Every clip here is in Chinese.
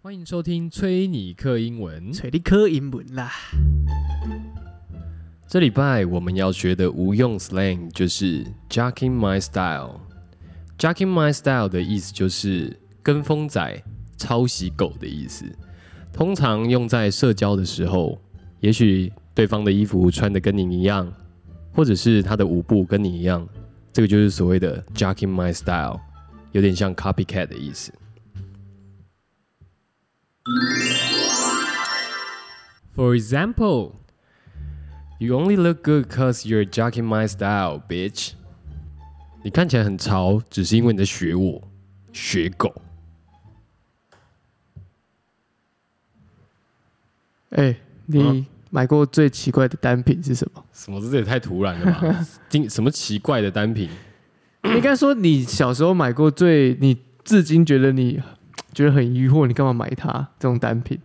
欢迎收听崔尼克英文。找你考英文啦。这礼拜我们要学的无用 slang 就是 “jacking my style”。“jacking my style” 的意思就是跟风仔、抄袭狗的意思。通常用在社交的时候，也许对方的衣服穿的跟你一样，或者是他的舞步跟你一样，这个就是所谓的 “jacking my style”，有点像 copycat 的意思。For example, you only look good cause you're jacking my style, bitch. 你看起来很潮，只是因为你在学我，学狗。哎、你嗯买过最奇怪的单品是什么？什么？这也太突然了吧！ 今什么奇怪的单品？应该说你小时候买过最你至今觉得你觉得很疑惑，你干嘛买它这种单品？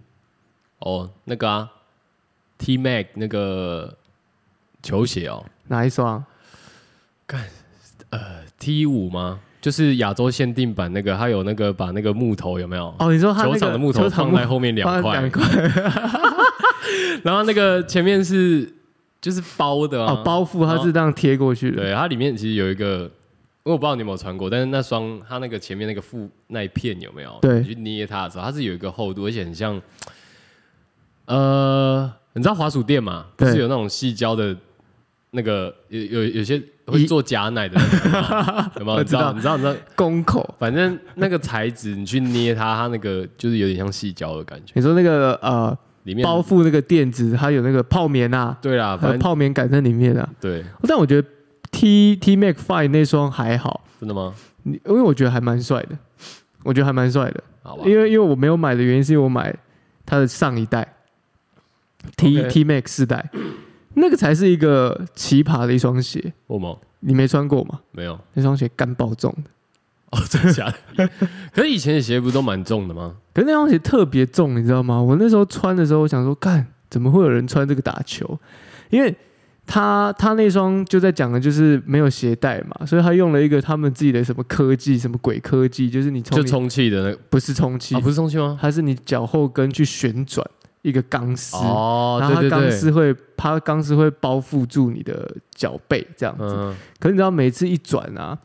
哦，那个啊，T Mac 那个球鞋哦哪一双？ ，T 五吗？就是亚洲限定版那个，它有那个把那个木头有没有？哦，你说它那球个场的木头球场放在后面两 放在块两，块然后那个前面是就是包的啊，哦，包覆它是这样贴过去的。对，它里面其实有一个，因为我不知道你有没有穿过，但是那双它那个前面那个副那一片有没有？对你去捏它的时候，它是有一个厚度，而且很像，呃，你知道滑鼠垫嘛？不对是有那种细胶的，那个有有有些会做假奶的那种，有没有？ 我你知知道？道你知道？你知道？公口，反正那个材质，你去捏它，它那个就是有点像细胶的感觉，你说那个呃里面包覆那个垫子，它有那个泡棉啊，对啦，还反有正泡棉感在里面啊。对，但我觉得 T T Mac Five 那双还好，真的吗？你因为我觉得还蛮帅的，我觉得还蛮帅的。好吧，因为因为我没有买的原因是因为我买它的上一代 T OK T Max 四代，那个才是一个奇葩的一双鞋。我吗？你没穿过吗？没有。那双鞋干爆重的，哦，真的假的？ 可是以前的鞋不都蛮重的吗？可是那双鞋特别重，你知道吗？我那时候穿的时候，我想说，干怎么会有人穿这个打球？因为他他那双就在讲的就是没有鞋带嘛，所以他用了一个他们自己的什么科技，什么鬼科技，就是你从就你充气的那个不是充气，啊，不是充气吗？它是你脚后跟去旋转一个钢丝，哦，然对后它对钢对，丝会，它钢丝会包覆住你的脚背这样子。嗯，可是你知道，每次一转啊，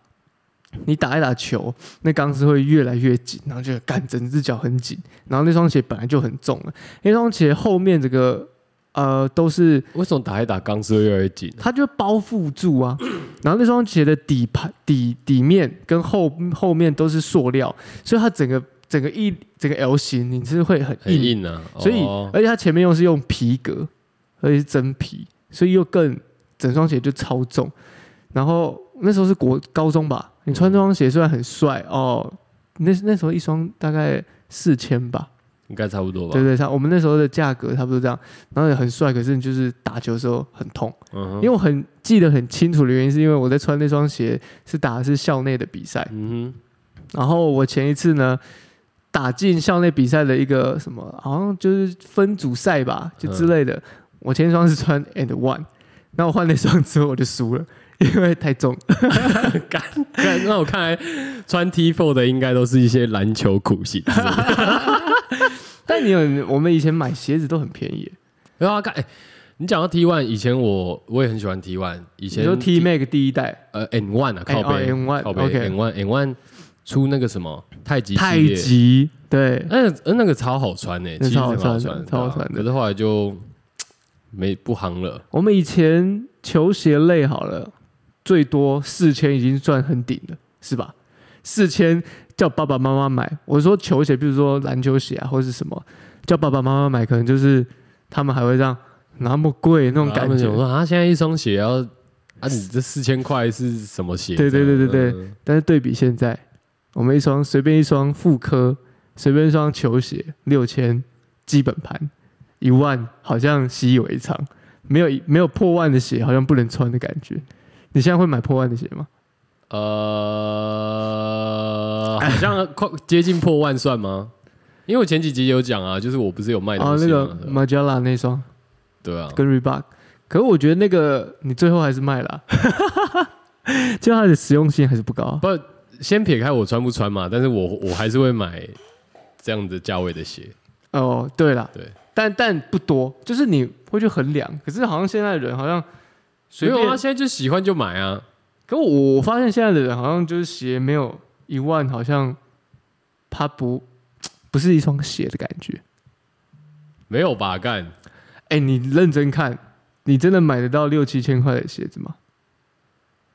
你打一打球，那钢丝会越来越紧，然后就干整只脚很紧。然后那双鞋本来就很重了，那双鞋后面这个呃都是为什么打一打钢丝会越来越紧？它就包覆住啊。然后那双鞋的底盘、底底面跟后后面都是塑料，所以它整个整个一整个 L 型，你是会很很硬硬啊，所以、哦而且它前面又是用皮革，而且是真皮，所以又更整双鞋就超重。然后那时候是国高中吧，你穿这双鞋虽然很帅嗯哦，那那时候一双大概四千吧，应该差不多吧对？对，像我们那时候的价格差不多这样，然后也很帅，可是你就是打球的时候很痛，嗯因哼为我很记得很清楚的原因是因为我在穿那双鞋是打的是校内的比赛，嗯然后我前一次呢打进校内比赛的一个什么，好像就是分组赛吧，就嗯之类的。我前一双是穿 and one，那我换那双之后我就输了， 因为太重。哼，看那我看来穿 T four 的应该都是一些篮球苦型之类的， 但你有我们以前买鞋子都很便宜，然后看，哎你讲到 T one，以前我我也很喜欢 T one，以你前说 T Mac 第一代呃 N one 啊，哎靠哦背 N1 靠背 OK N one N one 出那个什么太极系太列极， 对，那个呃那个超好穿诶、欸，那其实超好很好穿的穿，超好穿的对啊可是后来就没不行了。我们以前球鞋类好了，最多四千已经算很顶了，是吧？四千叫爸爸妈妈买，我说球鞋，比如说篮球鞋啊，或是什么，叫爸爸妈妈买，可能就是他们还会让那么贵那种然后他感们觉。想说啊，现在一双鞋要啊，你这四千块是什么鞋？对对对对对对，但是对比现在，我们一双随便一双复科，随便一双球鞋六千基本盘，一万好像习以为常，没有没有破万的鞋好像不能穿的感觉。你现在会买破万的鞋吗？呃，好 像快接近破万算吗？因为我前几集有讲啊，就是我不是有卖哦东，西那吗、个 Magella 那双对啊，跟 Reebok，可是我觉得那个你最后还是卖了 啊、就它的实用性还是不高啊、不先撇开我穿不穿嘛，但是我我还是会买这样的价位的鞋。哦，对了，对，但但不多，就是你会去衡量。可是好像现在的人好像随没有便，啊，现在就喜欢就买啊。可我我发现现在的人好像就是鞋没有一万，好像它不不是一双鞋的感觉。没有吧？干，哎、你认真看，你真的买得到六七千块的鞋子吗？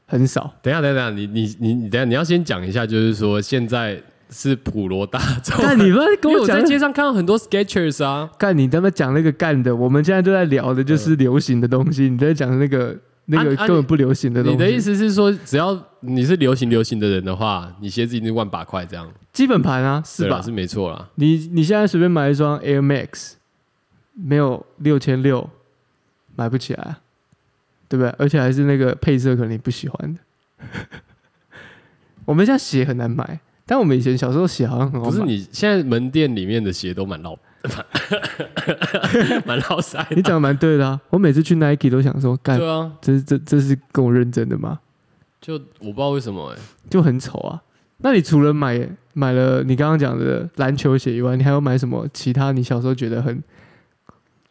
很少。等一下，等一下，你你你你等一下，你要先讲一下，就是说现在是普罗大众。干，你不要因跟为 我我讲在那街上看到很多 Skechers 啊，干，你他妈讲那个干的，我们现在都在聊的就是流行的东西，你在讲那个那个啊啊根本不流行的东西。你的意思是说，只要你是流行流行的人的话，你鞋子一定万把块这样，基本盘啊，是对啦吧？是没错啦。你你现在随便买一双 Air Max，没有六千六，买不起来、啊，对不对？而且还是那个配色可能你不喜欢的。 我们现在鞋很难买，但我们以前小时候鞋好像很好不买。是你现在门店里面的鞋都蛮老， 蛮老塞的。你讲的蛮对的啊！我每次去 Nike 都想说，干，对啊，这这这是跟我认真的吗？就我不知道为什么哎、就很丑啊。那你除了买买了你刚刚讲的篮球鞋以外，你还有买什么其他你小时候觉得很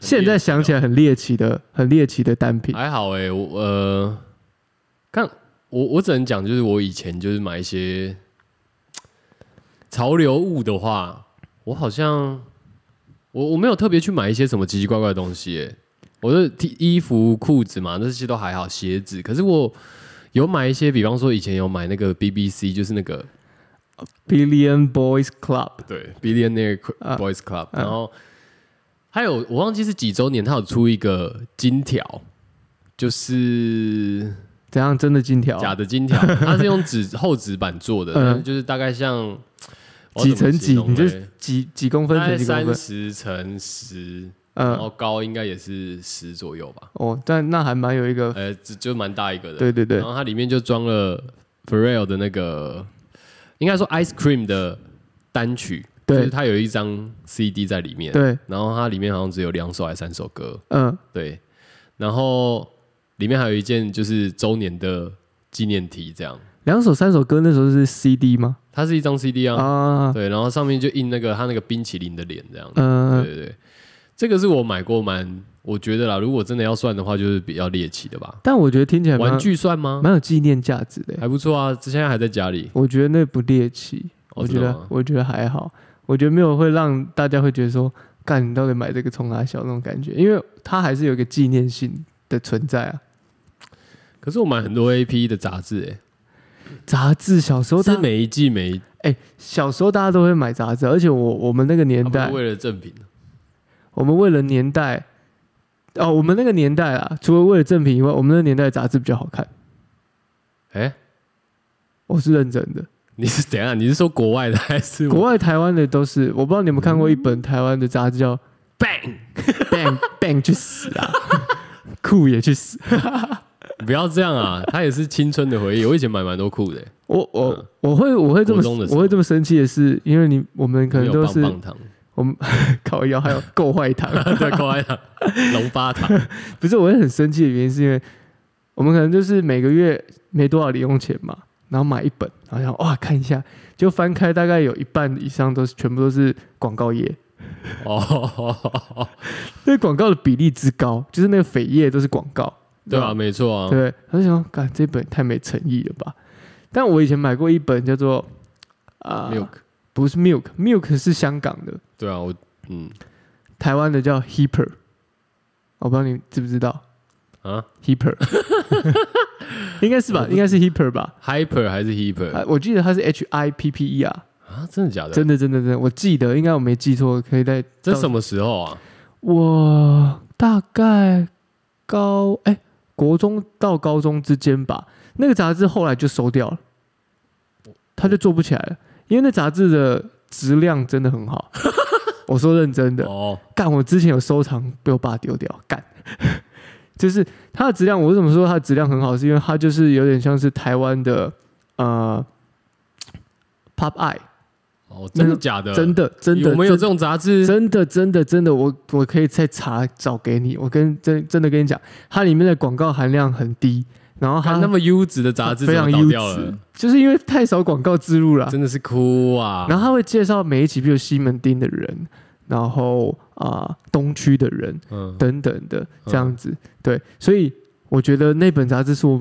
现在想起来很猎奇的、很猎奇的单品？还好哎、我呃，看我我只能讲，就是我以前就是买一些潮流物的话，我好像我我没有特别去买一些什么奇奇怪怪的东西、欸，我的 T- 衣服、裤子嘛，那些都还好，鞋子，可是我有买一些，比方说以前有买那个 BBC，就是那个 Billion Boys Club，对 Billionaire Cl- 啊 Boys Club，、啊然后还有我忘记是几周年，他有出一个金条，就是。怎样？真的金条？啊假的金 条，它是用纸厚纸板做的，哦嗯但是就是大概像几乘几？你就就是几几公分大概乘几公三分？十乘十，然嗯，后高应该也是十左右吧，哦，但那还蛮有一个，呃，就就蛮大一个的。嗯对对对然，后它里面就装了 Pharrell 的那个，应该说 Ice Cream 的单曲，对就是它有一张 CD 在里面，对，然后它里面好像只有两首还是三首歌，嗯，对，然后里面还有一件就是周年的纪念 T，这样，两首三首歌那时候是 CD 吗？它是一张 CD 啊，啊，对，然后上面就印那个他那个冰淇淋的脸这样子。对嗯，对对，这个是我买过蛮，我觉得啦，如果真的要算的话，就是比较猎奇的吧。但我觉得听起来蛮玩具算吗？蛮有纪念价值的。欸还不错啊，现在还在家里。我觉得那不猎奇，哦我觉真的得吗我觉得还好，我觉得没有会让大家会觉得说，干你到底买这个冲哪小那种感觉，因为它还是有一个纪念性的存在啊。可是我买很多 A P 的杂志、欸，杂志小时都候大是每一季每一小时候大家都会买杂志，而且我我们那个年他们代啊是，为了正品，我们为了年代，哦，我们那个年代啊，除了为了正品以外，我们那个年代的杂志比较好看，哎、我是认真的。你是怎样？你是说国外的还是国外台湾的都是，我不知道你有没有看过一嗯本台湾的杂志叫 Bang Bang Bang 去死啊， 酷也去死。不要这样啊！它也是青春的回忆。我以前买蛮多裤的、欸，我我我会我会这么国中的时候我会这么生气的是，因为你我们可没能有都棒是棒糖， 我们烤腰还有够坏糖，对，国外糖、龙发糖， 不是我会很生气的原因是因为我们可能就是每个月没多少零用钱嘛，然后买一本，然后想哇看一下，就翻开大概有一半以上都是全部都是广告页，哦， 那广告的比例之高，就是那个扉页都是广告，对啊，没错啊，对，他就想，感这本太没诚意了吧？但我以前买过一本叫做啊、 Milk 不是 Milk，Milk 是香港的，对啊，我嗯台湾的叫 Hipper，我不知道你知不知道啊 Hipper，应该是吧？应该是 Hipper 吧？ ，hyper 还是 hiper 啊，我记得它是 H I P P E 啊，啊？真的假的？真的真的真的，我记得，应该我没记错，可以再这到什么时候啊？我大概高哎、国中到高中之间吧。那个杂志后来就收掉了，他就做不起来了，因为那杂志的质量真的很好。我说认真的，哦，干我之前有收藏，被我爸丢掉，干。 就是它的质量，我为什么说它的质量很好？是因为它就是有点像是台湾的呃 Pop Eye，哦，真的假的？真的真的我们有这种杂志？真的，真的，真的，我我可以再查找给你。我跟真真的跟你讲，它里面的广告含量很低，然后看那他么优质的杂志啊怎非么常优倒掉质了，，就是因为太少广告植入了。真的是哭啊！然后他会介绍每一集，比如西门町的人，然后啊、东区的人嗯，等等的这样子。对，所以我觉得那本杂志是我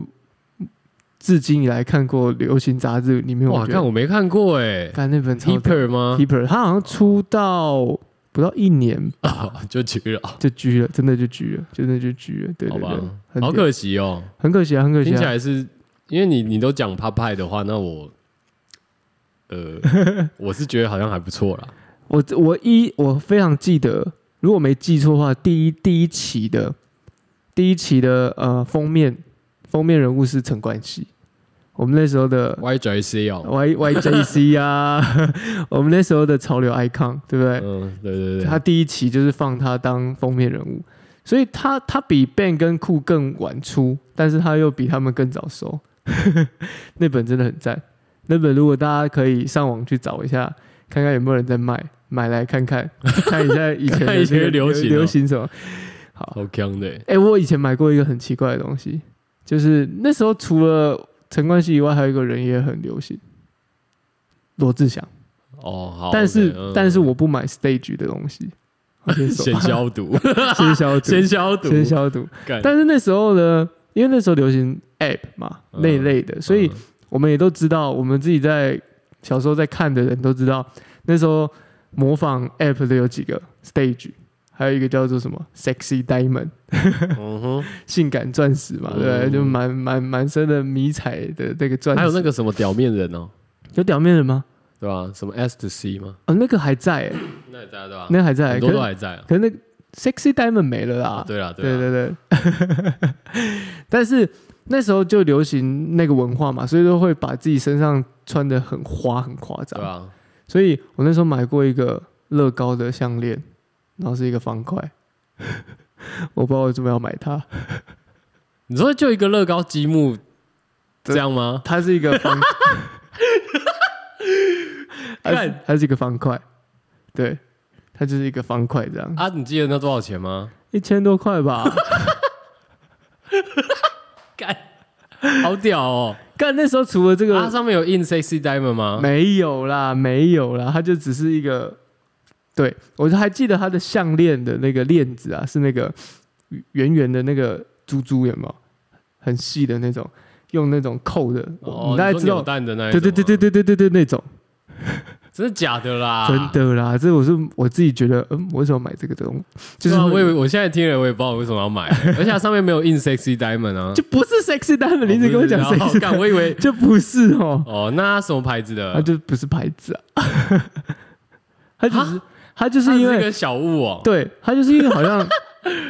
至今以来看过流行杂志里面，哇，我觉看得我啊没看过哎看那本超屌，Keeper 吗？ Keeper，他好像出道不到一年啊，就去了，就狙了，真的就狙了，真的就狙了，对好对吧对，很，好屌可惜哦。很可惜啊，很可惜听起啊，来是因为你你都讲 p 派的话，那我 呃，我是觉得好像还不错啦。我我一我非常记得，如果没记错的话，第一第一期的第一期的呃封面封面人物是陈冠希，我们那时候的 YJC 哦， Y Y J C 啊， 我们那时候的潮流 icon，对不对？嗯，对对对，哎他第一期就是放他当封面人物，所以他他比 Bang 跟酷更晚出，但是他又比他们更早熟。 那本真的很赞，那本如果大家可以上网去找一下，看看有没有人在卖，买来看看，看一下以前的看以前的那个流行哦流行什么。好，好强的欸，哎、我以前买过一个很奇怪的东西，就是那时候除了陈冠希以外，还有一个人也很流行，罗志祥。哦，好，但是 OK，嗯但是我不买 stage 的东 西，我先说先消毒， 先消毒， 哎先消毒，先消毒。干但是那时候呢，因为那时候流行 app 嘛嗯那一类的，所以我们也都知道，我们自己在小时候在看的人都知道，那时候模仿 app 的有几个 stage。还有一个叫做什么 “sexy diamond” 嗯哼，性感钻石嘛，哦对不对，嗯就满满满身的迷彩的那个钻石。还有那个什么表面人哦，有表面人吗？对吧？什么 S to C 吗？哦，那个还在欸，那也在对吧那个还在，很可多是都还在啊。可是那个 sexy diamond 没了啦。啊对啦，对啦，对对， 但是那时候就流行那个文化嘛，所以都会把自己身上穿的很花很夸张对。啊吧？所以我那时候买过一个乐高的项链，然后是一个方块， 我不知道为什么要买它，你说就一个乐高积木这样吗？它是一个 方， 它是看它是一个方块，对，它就是一个方块这样，啊，你记得那多少钱吗？一千多块吧。 好屌哦！干那时候除了这个啊，上面有印 sexy diamond 吗？没有啦，没有啦，它就只是一个，对我就还记得它的项链的那个链子啊，是那个圆圆的那个珠珠，有没有？很细的那种，用那种扣的，哦，你大概说知扭道，蛋的那一对对对对对，对对对对，那种、真的假的啦？啊真。的啦，这我是我自己觉得，嗯，我为什么买这个东西？就就是是我会以为我现在听了，我也不知道我为什么要 买，而且它上面没有印 sexy diamond 啊。就不是 sexy 单的，哦你一直跟我讲不是然后 sexy 干单，我以为就不是哦，哦，那它什么牌子的它？就不是牌子啊，它只是它就它是因为一个小物哦。对他就是因为 好像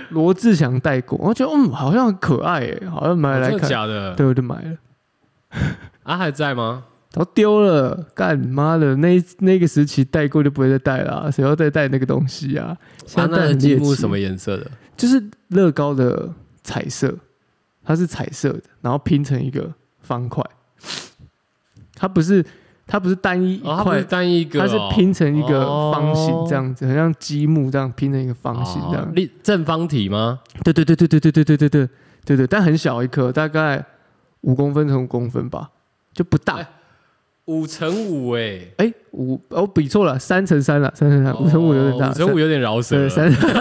罗志祥带过，我觉得嗯好像很可爱哎，好像买哦，来真的看，假的？对，我就买了，啊，还在吗？然后丢了，干妈的那那个时期带过就不会再带啦、谁要再带那个东西啊？啊，现在那带个很积猎木奇，什么颜色的？就是乐高的彩色，它是彩色的，然后拼成一个方块，它不是它不是单一一哦，它不块是。单一个它哦，是拼成一个方形哦这样子，很像积木这样拼成一个方形这样哦。立正方体吗？对对对对对对对对对对对对，但很小一颗，大概五公分乘五公分吧，就不大哎。五乘五哎，哎，五哦，比错了，三乘三了，三乘 三，五乘五有点大，哦五乘五有点饶舌三，了，对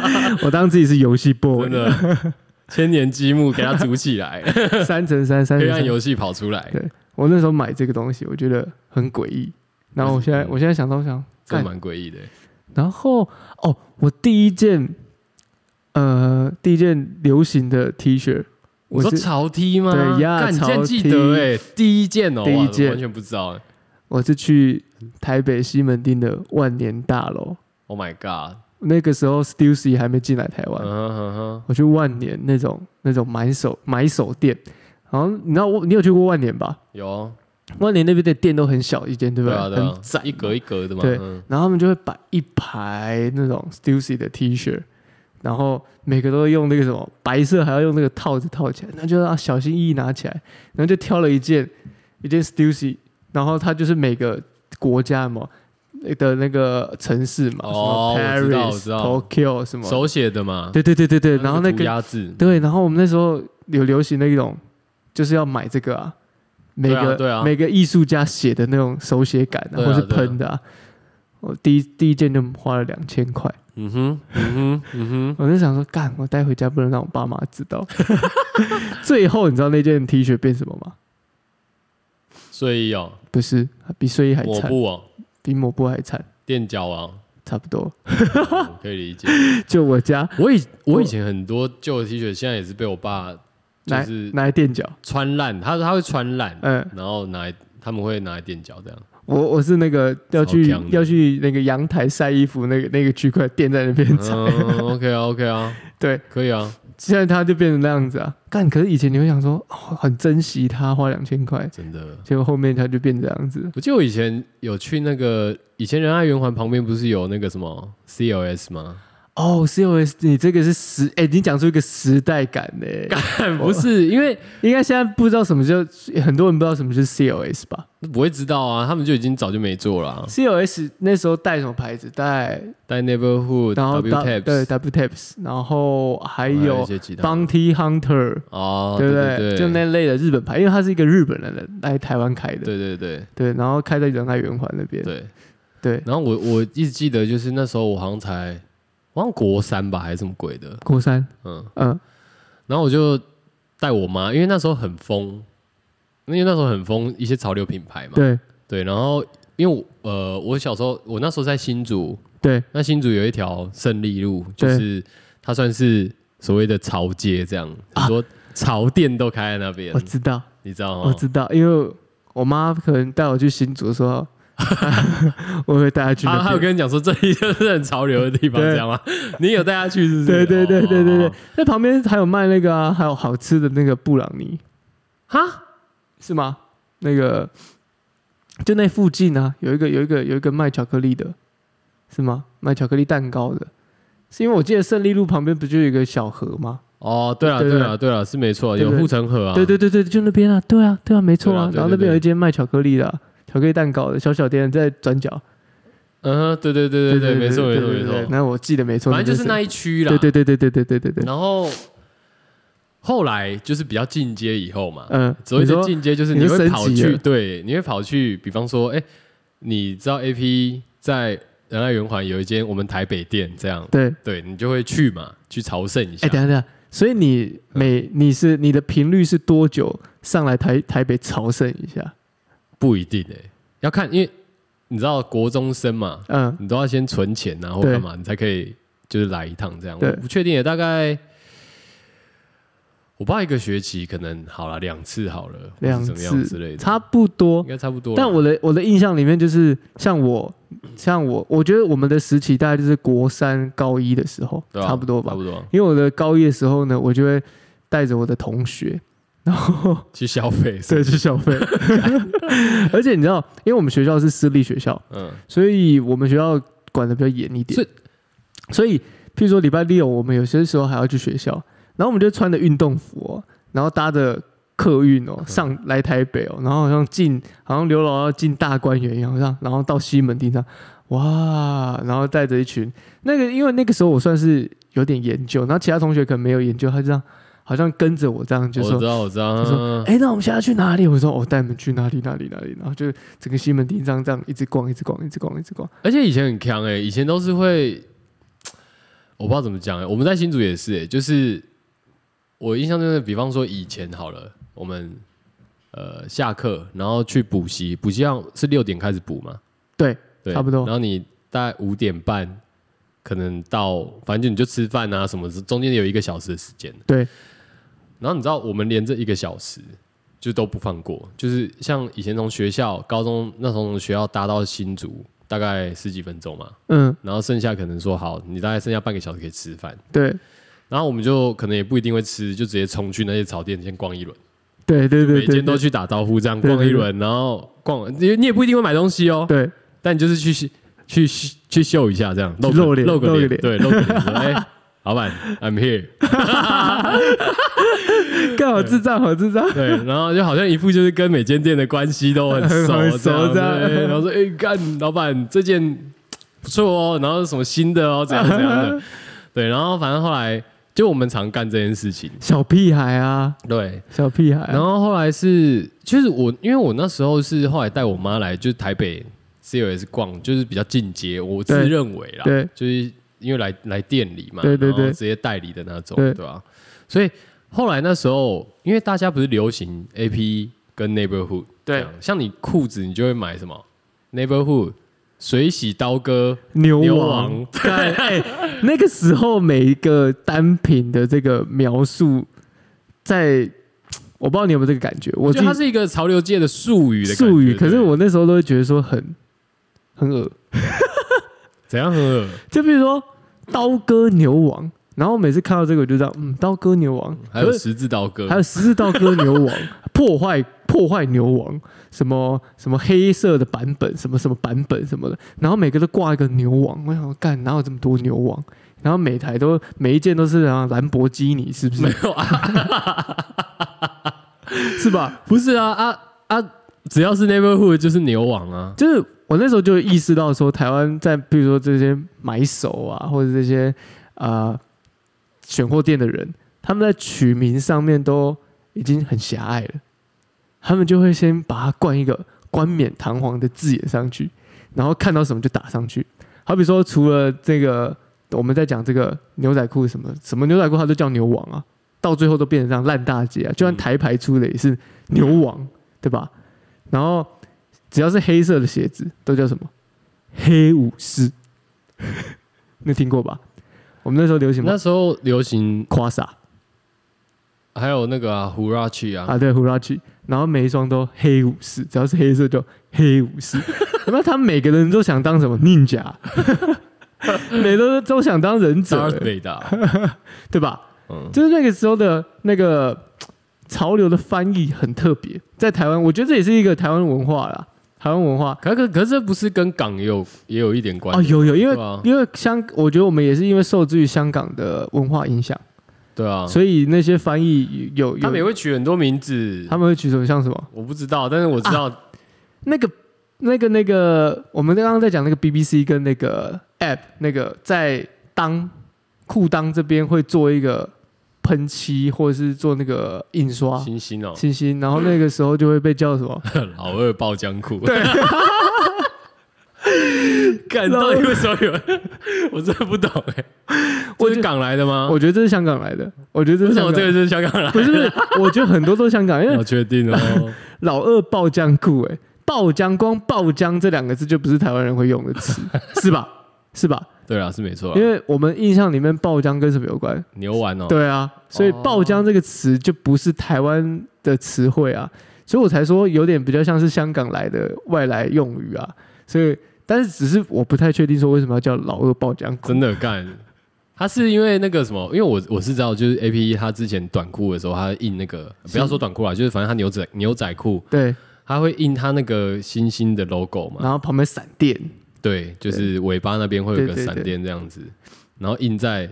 三。我当自己是游戏 boy，真的。 千年积木给它组起 来，三乘三，三 黑乘暗三。游戏跑出来，我那时候买这个东西，我觉得很诡异。然后我现在，我现在想到想，这干蛮诡异的。然后哦，我第一件，呃，第一件流行的 T 恤，我我说是潮 T 吗？对呀干你竟然潮 T 记得哎、第一件哦、第一哇我件完全不知道哎、我是去台北西门町的万年大楼， Oh my god！那个时候 Stussy 还没进来台湾，嗯哼哼哼，我去万年那种那种买手买手店，然后你知道我你有去过万年吧？有万年那边的店都很小一间，对不对对？啊对啊很窄，一格一格的嘛。对嗯然后他们就会摆一排那种 Stussy 的 T 恤，然后每个都用那个什么白色，还要用那个套子套起来，那就要小心翼翼拿起来，然后就挑了一件一件 Stussy，然后它就是每个国家嘛的那个城市嘛，哦我什知么道 Paris、我 Tokyo 什么，手写的嘛。对对对对对，然后那啊涂个鸦字，对，然后我们那时候有流行那种，就是要买这个啊，每对啊个、对啊每个艺术家写的那种手写感、啊对啊或是对啊喷的、啊。我第一第一件就花了两千块，嗯哼，嗯哼，嗯哼，我就想说，干，我带回家不能让我爸妈知 道。最后你知道那件 T 恤变什么吗？睡衣哦，不是，比睡衣还抹惨，布哦，比抹布还惨，垫脚啊，差不多。啊我可以理解。就我家我以我以前很多旧的 T 恤，现在也是被我爸就拿是拿来垫脚，穿烂，他他会穿烂，嗯，然后拿来他们会拿来垫脚这 样。我我是那个要去强的要去那个阳台晒衣服那个那个区块垫在那边晒，嗯，OK 啊，OK 啊， 对，可以啊，现在它就变成那样子啊。干，可是以前你会想说，哦、很珍惜它，花两千块，真的。结果后面它就变这样子。我记得我以前有去那个，以前仁爱圆环旁边不是有那个什么 CLS 吗？哦，COS，你这个是时，哎、你讲出一个时代感呢、不是，因为应该现在不知道什么叫，很多人不知道什么是 COS 吧不会知道啊，他们就已经早就没做了、啊。 ？COS 那时候带什么牌子？带但 Neighborhood 然后 W 到 Taps 对 W Taps，然后还还一有些其他 Bounty Hunter，哦，对不对对？就那类的日本牌，因为它是一个日本人来台湾开的，对对对对，然后开在仁爱圆环那边，对。对，然后我我一直记得，就是那时候我好像才，我好像国三吧，还是什么鬼的，国三，嗯。嗯，然后我就带我妈，因为那时候很疯，因为那时候很疯一些潮流品牌嘛。对对然后因为我呃，我小时候我那时候在新竹，对，那新竹有一条胜利路，就对是它算是所谓的潮街，这样啊很多潮店都开在那边，我知道，你知道我吗？知道，因为我妈可能带我去新竹的时候， 我会带她去啊，还那有边。跟你讲说这里就是很潮流的地方，对这样吗？你有带他去是不是？对对对对对哦对，那旁边还有卖那个啊，还有好吃的那个布朗尼，哈，是吗？那个就那附近啊，有一个有一个有一个卖巧克力的，是吗？卖巧克力蛋糕的，是因为我记得胜利路旁边不就有一个小河吗？哦，对了对对对了对了，是没错，对有对护城河啊，对对对对，就那边啊，对啊对啊，没错啊。对啊对然后对那边有对一间卖巧克力的啊、巧克力蛋糕的小小店，在转角。嗯哼，对对对对对，没错没错没错，那我记得没错，反正就是那一一区啦。对对对对对对对对对。然后后来就是比较进阶以后嘛，嗯，所谓你的说进阶就是你你说会升跑级去，了对，你会跑去，比方说，哎，你知道 A P 在仁爱圆环有一间我们台北店，这样，对，对你就会去嘛，去朝圣一下哎，。等一下等一下，所以你嗯每你是你的频率是多久上来台台北朝圣一下？不一定哎，要看，因为你知道国中生嘛，嗯，你都要先存钱啊，或对干嘛，你才可以就是来一趟这样。对我不确定耶，欸大概我爸一个学期可能好了两次好了，或两是怎么样次之类的，差不多应。该差不多啦。但我的我的印象里面就是像我像我，我觉得我们的时期大概就是国三高一的时候，对啊差不多差吧。不多因为我的高一的时候呢，我就会带着我的同学， 然后去消费对去消费， 而且你知道，因为我们学校是私立学校，嗯，所以我们学校管的比较严一点。所以所以，譬如说礼拜六，我们有些时候还要去学校，然后我们就穿着运动服、哦，然后搭着客运哦，上来台北哦，然后好像进，好像刘姥姥进大观园一样，像然后到西门町上，哇，然后带着一群那个，因为那个时候我算是有点研究，然后其他同学可能没有研究，他这样好像跟着我这样就我说知。道我知道，嗯就说：“哎、那我们现在去哪里？”我说：“我、哦带你们去哪里哪里哪里。”然后就整个西门町这样这样一直逛，一直逛，一直逛，一直逛。而且以前很强哎、以前都是会，我不知道怎么讲哎、我们在新竹也是哎、就是我印象中的，比方说以前好了，我们呃下课然后去补习，补习上是六点开始补嘛，对，对，差不多然后你大概五点半可能到，反正就你就吃饭啊什么，中间有一个小时的时间。对，然后你知道我们连这一个小时就都不放过，就是像以前从学校高中那时候从学校搭到新竹大概十几分钟嘛，嗯，然后剩下可能说好，你大概剩下半个小时可以吃饭，对，然后我们就可能也不一定会吃，就直接冲去那些草店先逛一轮，对对对每对间都对去打招呼这样对对逛一对轮，然后逛完，你你也不一定会买东西哦，对，但你就是去 去去秀一下这样，露露脸露个露个脸，脸对，露个脸说， 哎，老板，I'm here，干好智障，好智障。对，然后就好像一副就是跟每间店的关系都很熟 很熟这这样，样对然后说哎干，老板这件不错哦，然后什么新的哦，怎样怎样的，对，然后反正后来就我们常干这件事情。小屁孩啊，对，小屁孩啊、然后后来是，就是我，因为我那时候是后来带我妈来，就是台北 COS 逛，就是比较进阶，我自对认为啦，对就是因为来来店里嘛，对对对然后直接代理的那种，对对吧、所以后来那时候，因为大家不是流行 AP 跟 Neighborhood，这对样，像你裤子你就会买什么 Neighborhood、水洗刀割、牛牛王王，，干哎、 那个时候每一个单品的这个描述在，我不知道你有没有这个感觉，我我自觉得它己是一个潮流界的术语的感觉术语，对可是我那时候都会觉得说很很恶，怎样很恶就比如说刀割牛王，然后每次看到这个我就这样，嗯，刀割牛王，还有可是十字刀割，还有十字刀割牛王， 破坏破坏牛王，什么什么黑色的版本，什么什么版本什么的，然后每个都挂一个牛王，我想说干哪有这么多牛王？然后每台都每一件都是啊兰博基尼，是不没是？有啊？是吧？不是啊啊啊！只要是 neighborhood 就是牛王啊，就是我那时候就意识到说，台湾在比如说这些买手啊，或者这些呃选货店的人，他们在取名上面都已经很狭隘了，他们就会先把它冠一个冠冕堂皇的字眼上去，然后看到什么就打上去。好比说，除了这个，我们在讲这个牛仔裤什么什么牛仔裤，它都叫牛王啊，到最后都变成这样烂大街啊。就算台牌出的也是牛王，对吧？然后只要是黑色的鞋子都叫什么黑武士， 你有听过吧？我们那时候流行那啊吗？时候流行夸萨还有那个啊 Hurachi 啊，啊，对，胡拉奇，然后每一双都黑武士，只要是黑色就黑武 士。那他们每个人都想当什么 ninja，每个人都想当忍者 Darth，Vader，啊对吧？嗯，就是那个时候的那个嘖潮流的翻译很特别，在台湾，我觉得这也是一个台湾文化啦，台湾文化。可可可是这不是跟港也有也有一点关哦，系？有有，因为、对啊因为香，我觉得我们也是因为受制于香港的文化影响，对啊，所以那些翻译有有他们也会取很多名字他，们会举手像什么我不知道，但是我知道那个、那个、那个，我们刚刚在讲那个 BBC 跟那个 App，那个在当裤裆这边会做一个喷漆，或者是做那个印刷星星哦，星星，然后那个时候就会被叫什么？ 老二爆浆裤， 对，感到底为什么有人？我真的不懂哎，我这是港来的吗？我觉得这是香港来的，我觉得这啊为什是香么港这个是香港来？不是不是，我觉得很多都是香港，因要为确定哦。老二爆浆裤，哎，爆浆光爆浆这两个字就不是台湾人会用的 词，是吧？是吧？对啊，是没错啊，因为我们印象里面爆浆跟什么有关？牛丸哦，对啊，所以“爆浆”这个词就不是台湾的词汇啊，所以我才说有点比较像是香港来的外来用语啊。所以，但是只是我不太确定说为什么要叫老二爆浆裤真的干。他是因为那个什么，因为我我是知道，就是 A P E 他之前短裤的时候，他印那个不要说短裤啦，就是反正他牛仔牛仔裤，对，他会印他那个星星的 logo 嘛，然后旁边闪电，对，就是尾巴那边会有一啊个对对闪电这样子，然后印在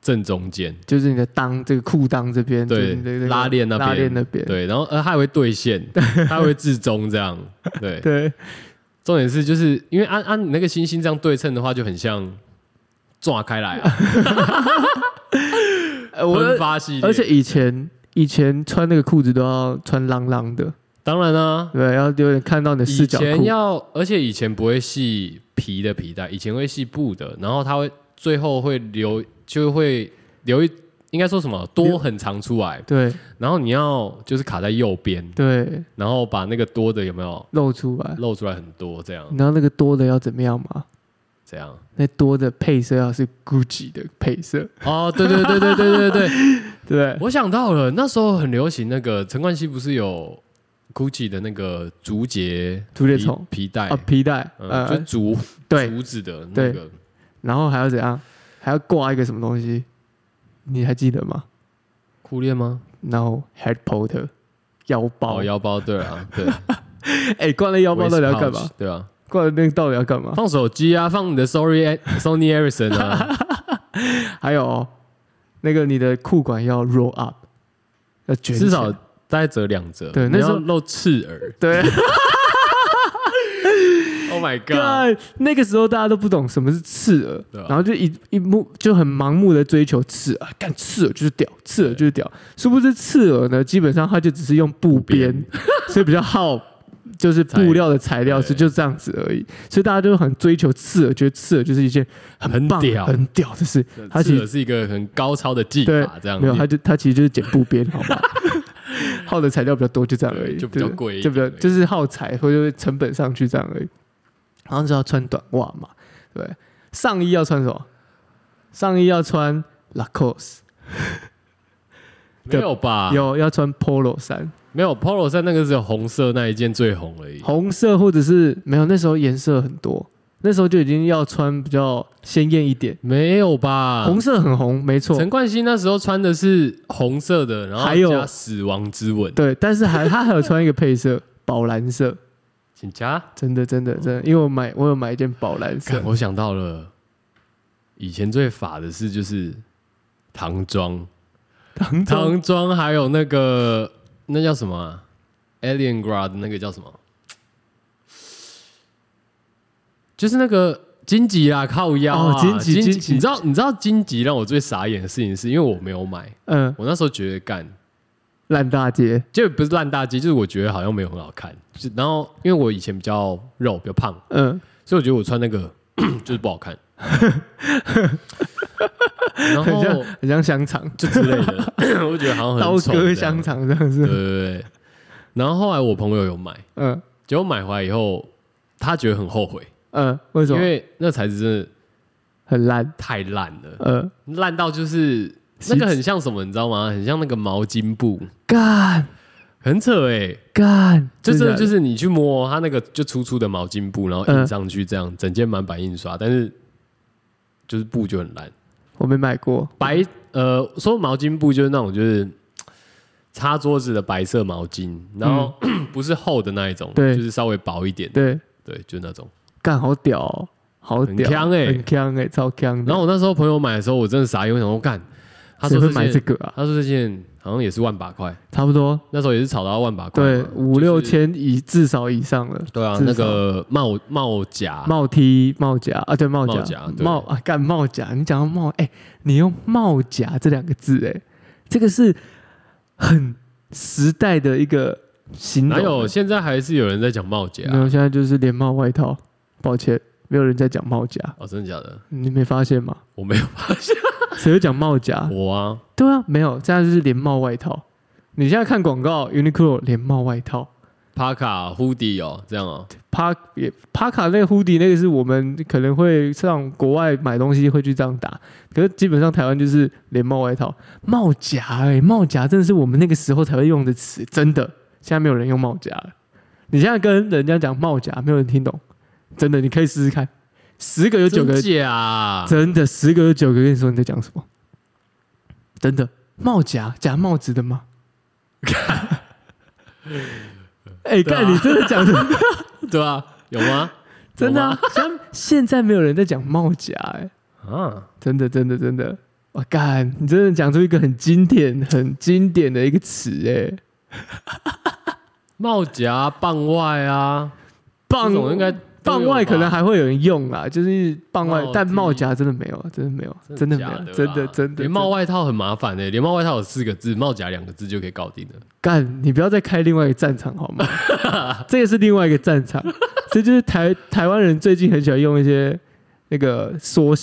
正中间，就是你的裆这个裤裆这边，就是对你的这个拉链那边拉链那边，对，然后呃他还会兑现，他还会至中这样，对，对重点是就是因为按按你那个星星这样对称的话，就很像抓开来啊，呃我喷发系列，而且以前以前穿那个裤子都要穿浪浪的，当然啊，对，要有点看到你的视以角裤前，要，而且以前不会系皮的皮带，以前会系布的，然后它会最后会留，就会留一，应该说什么多很长出来，对然后你要就是卡在右边，对，然后把那个多的有没有露出来。露出来很多，这样你知道那个多的要怎么样吗？这样。那多的配色要是 GUCCI 的配色，哦，对对对对对对对，对不对，我想到了，那时候很流行那个陈冠希不是有 GUCCI 的那个竹节竹节虫皮皮带啊，，皮带，嗯，就呃，竹对，竹子的那个，然后还要怎样？还要挂一个什么东西？你还记得吗？酷链吗？然后 head porter 腰包哦，，腰包，对啊，对，哎，挂那腰包到底要干 waist 嘛 pouch，？对啊，挂那个到底要干嘛？放手机啊，放你的 Sorry Sony Ericsson 啊，还有哦那个你的裤管要 roll up，要卷起至来，少大概折两折。对你 Oh 那时候要 露刺耳。对，哦， Oh my god！对，啊那个时候大家都不懂什么是刺耳，对啊然后就一一目就很盲目的追求刺耳，干刺耳就是屌，刺耳就是屌。殊不知刺耳呢，基本上它就只是用布边， 所以比较耗就是布料的材料对是就这样子而已。所以大家就很追求刺耳，觉得刺耳就是一件很棒、屌很屌的事。它其刺耳实是一个很高超的技对法，这样没有，它子。就它其实就是剪布边，好 吗？耗的材料比较多，就这样而已，对就比较对贵一就比较点而已就是耗材或者是成本上去这样而已。然后就要穿短袜嘛，对，上衣要穿什么？上衣要穿 Lacoste，没有吧？有要穿 Polo 衫，没有 Polo 衫那个只有红色那一件最红而已。红色或者是没有，那时候颜色很多，那时候就已经要穿比较鲜艳一点，没有吧？红色很红，没错，陈冠希那时候穿的是红色的，然后还有加死亡之吻，对，但是还他还有穿一个配色宝蓝色，请加。真的真的真哦的，因为我买我有买一件宝蓝色看，，我想到了，以前最法的事就是唐装，唐装唐装还有那个那叫什么、啊、？Alien Grad 那个叫什么？就是那个荆棘啦，靠腰啊，哦荆棘荆棘你知道你知道荆棘让我最傻眼的事情是因为我没有买，嗯，我那时候觉得干烂大街，就不是烂大街，就是我觉得好像没有很好看。就然后因为我以前比较肉，比较胖，嗯，所以我觉得我穿那个 就是不好看。然 很像后很像香肠，就之类 的，我就觉得好像哦很刀丑割这样香肠这样对子，对对。然后后来我朋友有买，嗯结果买回来以后，他觉得很后悔，嗯，为什因么？为那材质真的很烂，太烂了，呃，烂到就是那个很像什么，你知道吗？很像那个毛巾布，干很扯哎、干，就真的就是是你去摸它那个就粗粗的毛巾布，然后印嗯上去这样，整件满版印刷，但是就是布就很烂。我没买过，白呃，说毛巾布就是那种就是嘖擦桌子的白色毛巾，然后、 不是厚的那一种，嗯对就是稍微薄一点的，对，对，就是那种。干好屌哦，好很屌，强欸很强哎，超强的，然后我那时候朋友买的时候，我真的傻眼，我想说干，他谁说会这买这件，个啊？他说这件好像也是万把块，差不多，那时候也是炒到万把块嘛，对，五就是六，千以至少以上了。对啊，至那少个帽帽夹，帽 T 帽夹啊，对帽帽夹夹对帽啊，干帽夹，你讲到帽，哎、你用帽夹这两个字、哎，这个是很时代的一个形容。啊哪有？现在还是有人在讲帽啊夹没有，现在就是连帽外套。抱歉，没有人在讲帽夹，哦，真的假的？你没发现吗？我没 有，谁会讲帽夹？我啊，对啊，没有，现在就是连帽外套。你现在看广告，Uniqlo 连帽外套。帕卡、hoodie 哦，这样哦，帕也帕卡那个 hoodie 那个是我们可能会上国外买东西会去这样打，可是基本上台湾就是连帽外套、帽夹哎、帽夹真的是我们那个时候才会用的词，真的，现在没有人用帽夹了。你现在跟人家讲帽夹，没有人听懂，真的，你可以试试看，十个有九个真假，啊真的十个有九个跟你说你在讲什么，真的帽夹夹帽子的 吗？ 哎，对啊看、你真的讲的。对啊，有吗？真的、啊， 像现在没有人在讲帽夹、哎，有吗啊，真的，真的，真的，我干，你真的讲出一个很经典、很经典的一个词、哎，帽夹、棒外啊，棒这种应该棒外可能还会有人用啦，就是棒外帽，但梯帽夹真的没有，真的没有，真的没有，真的真的连帽外套很麻烦的，连帽外套有四个字，帽夹两个字就可以搞定了。干，你不要再开另外一个战场好吗？ 这个是另外一个战场， 这就是台台湾人最近很喜欢用一些那个缩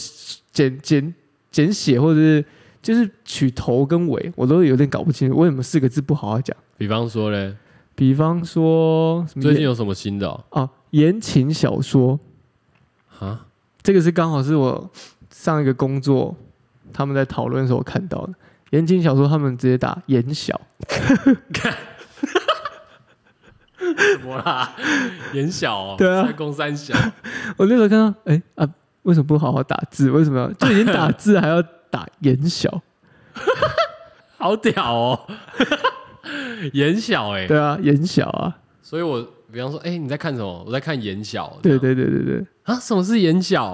简简简写，或者是就是取头跟尾，我都有点搞不清楚为什么四个字不好好讲。比方说嘞，比方说什么最近言有什么新的哦 哦言情小说，啊？这个是刚好是我上一个工作他们在讨论的时候看到的。言情小说，他们直接打言小，什么啦？眼小哦，对啊三公三小，我那时候看到，哎、啊，为什么不好好打字？为什么要就已经打字还要打 眼小？好屌哦， 眼小哎。对啊，眼小啊，所以我比方说，哎，你在看什么？我在看眼小。对这样对对对对。啊，什么是眼小？